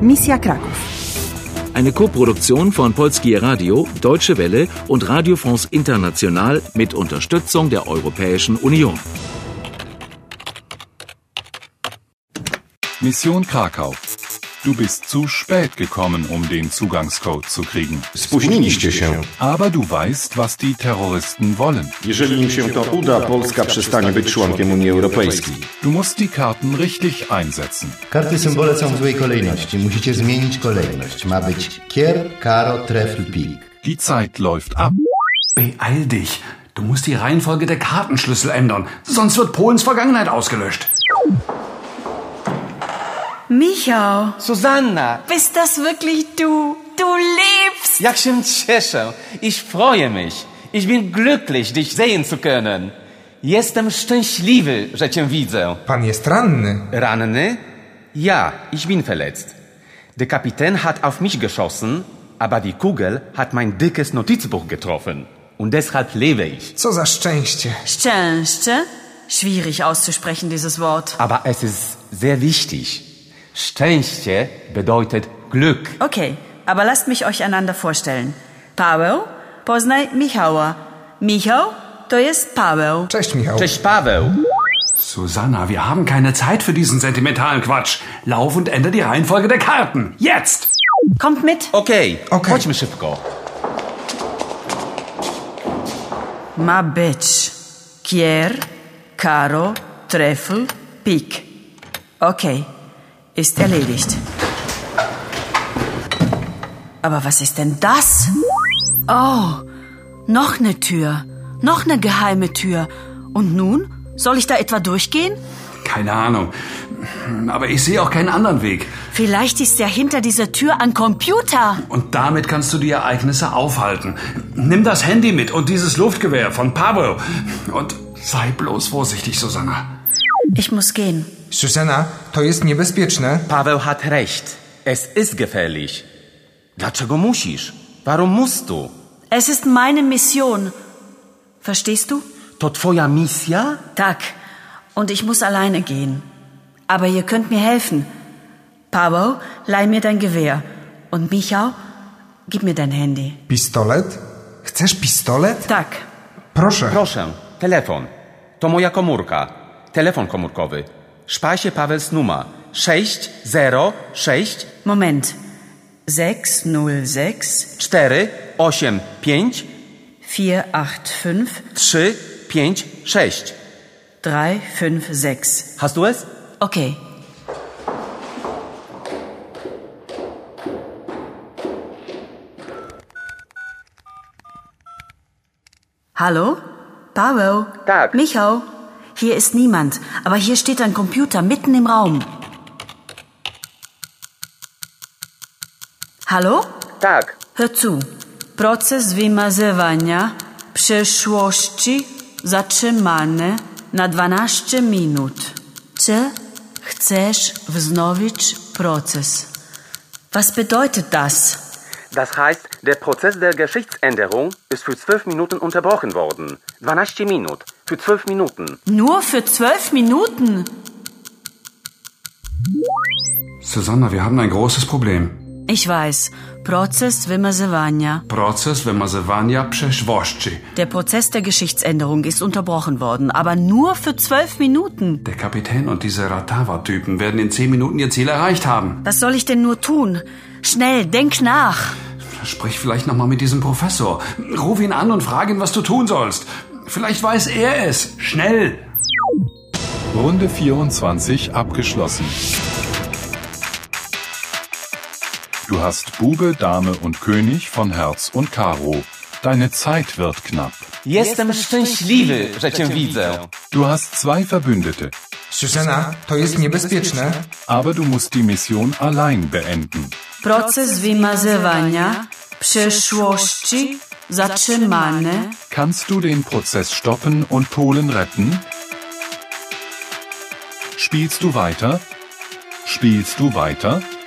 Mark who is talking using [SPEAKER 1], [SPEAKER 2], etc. [SPEAKER 1] Misja Kraków.
[SPEAKER 2] Eine Koproduktion von Polskie Radio, Deutsche Welle und Radio France International mit Unterstützung der Europäischen Union.
[SPEAKER 3] Mission Krakau. Du bist zu spät gekommen, um den Zugangscode zu kriegen.
[SPEAKER 4] Spóźniliście się.
[SPEAKER 3] Aber du weißt, was die Terroristen wollen.
[SPEAKER 4] Jeżeli im się to uda, Polska przestanie być członkiem Unii Europejskiej.
[SPEAKER 3] Du musst die Karten richtig einsetzen.
[SPEAKER 5] Karty symbole są w złej kolejności. Musicie zmienić kolejność. Ma być kier, karo, trefl, pik.
[SPEAKER 3] Die Zeit läuft ab.
[SPEAKER 6] Beeil dich. Du musst die Reihenfolge der Kartenschlüssel ändern, sonst wird Polens Vergangenheit ausgelöscht.
[SPEAKER 7] Michał,
[SPEAKER 8] Susanna,
[SPEAKER 7] bist das wirklich du? Du lebst!
[SPEAKER 8] jak się cieszę. Ich freue mich. Ich bin glücklich, dich sehen zu können. Jestem szczęśliwy, że cię widzę.
[SPEAKER 9] Pan jest ranny.
[SPEAKER 8] Ranny? Ja, ich bin verletzt. Der Kapitän hat auf mich geschossen, aber die Kugel hat mein dickes Notizbuch getroffen. Und deshalb lebe ich.
[SPEAKER 9] Co za szczęście.
[SPEAKER 7] Szczęście? Schwierig auszusprechen, dieses Wort.
[SPEAKER 8] Aber es ist sehr wichtig. Szczęście bedeutet Glück.
[SPEAKER 7] Okay, aber lasst mich euch einander vorstellen. Paweł, poznaj Michała. Michał, to jest Paweł.
[SPEAKER 9] Cześć, Michał.
[SPEAKER 8] Cześć Paweł.
[SPEAKER 6] Susanna, wir haben keine Zeit für diesen sentimentalen Quatsch. Lauf und änder die Reihenfolge der Karten. Jetzt!
[SPEAKER 7] Kommt mit.
[SPEAKER 8] Okej,
[SPEAKER 9] Okej.
[SPEAKER 8] chodźmy szybko.
[SPEAKER 7] Ma być. Kier, Karo, Treffel, Pik. Okay, ist erledigt. Aber was ist denn das? Oh, noch eine Tür. Noch eine geheime Tür. Und nun? Soll ich da etwa durchgehen?
[SPEAKER 6] Keine Ahnung. Aber ich sehe auch keinen anderen Weg.
[SPEAKER 7] Vielleicht ist ja hinter dieser Tür ein Computer.
[SPEAKER 6] Und damit kannst du die Ereignisse aufhalten. Nimm das Handy mit und dieses Luftgewehr von Pablo. Und sei bloß vorsichtig, Susanna.
[SPEAKER 7] Ich muss gehen.
[SPEAKER 9] Susanna, to jest niebezpieczne.
[SPEAKER 8] Paweł hat recht. Es ist gefährlich. Dlaczego musisz? Warum musst du?
[SPEAKER 7] Es ist meine Mission. Verstehst du?
[SPEAKER 8] To twoja misja?
[SPEAKER 7] Tag. Und ich muss alleine gehen. Aber ihr könnt mir helfen. Pavel, leih mir dein Gewehr. Und Michał, gib mir dein Handy.
[SPEAKER 9] Pistolet? Chcesz pistolet?
[SPEAKER 7] Tag.
[SPEAKER 9] Proszę.
[SPEAKER 8] Proszę, telefon. To moja komórka. Telefon komórkowy. Szpasie Pawels Numa. 6065
[SPEAKER 7] Moment. 606
[SPEAKER 8] 485
[SPEAKER 7] 485
[SPEAKER 8] 356.
[SPEAKER 7] 356.
[SPEAKER 8] Hast du es?
[SPEAKER 7] Okay. Hallo? Pavel?
[SPEAKER 8] Tag.
[SPEAKER 7] Michał? Hier ist niemand, aber hier steht ein Computer mitten im Raum. Hallo?
[SPEAKER 8] Tak.
[SPEAKER 7] Hör zu. Proces wymazywania przeszłości zatrzymany na 12 minut. Czy chcesz wznowić proces? Was bedeutet das?
[SPEAKER 8] Das heißt, der Prozess der Geschichtsänderung ist für 12 Minuten unterbrochen worden. 12 Minuten. Für 12 Minuten.
[SPEAKER 7] Nur für zwölf Minuten?
[SPEAKER 6] Susanna, wir haben ein großes Problem.
[SPEAKER 7] Ich weiß. Prozess wymazywania.
[SPEAKER 6] Prozess Wymazywania Przeszłości.
[SPEAKER 7] Der Prozess der Geschichtsänderung ist unterbrochen worden, aber nur für zwölf Minuten.
[SPEAKER 6] Der Kapitän und diese Ratawa-Typen werden in zehn Minuten ihr Ziel erreicht haben.
[SPEAKER 7] Was soll ich denn nur tun? Schnell, denk nach.
[SPEAKER 6] Sprich vielleicht nochmal mit diesem Professor. Ruf ihn an und frag ihn, was du tun sollst. Vielleicht weiß er es. Schnell!
[SPEAKER 3] Runde 24 abgeschlossen. Du hast Bube, Dame und König von Herz und Karo. Deine Zeit wird knapp.
[SPEAKER 8] Jestem szczęśliwy, że cię widzę.
[SPEAKER 3] Du hast zwei Verbündete,
[SPEAKER 9] Susanna, to jest niebezpieczne.
[SPEAKER 3] aber du musst die Mission allein beenden.
[SPEAKER 7] Proces wymazywania przeszłości zatrzymany.
[SPEAKER 3] Kannst du den Prozess stoppen und Polen retten? Spielst du weiter? Spielst du weiter?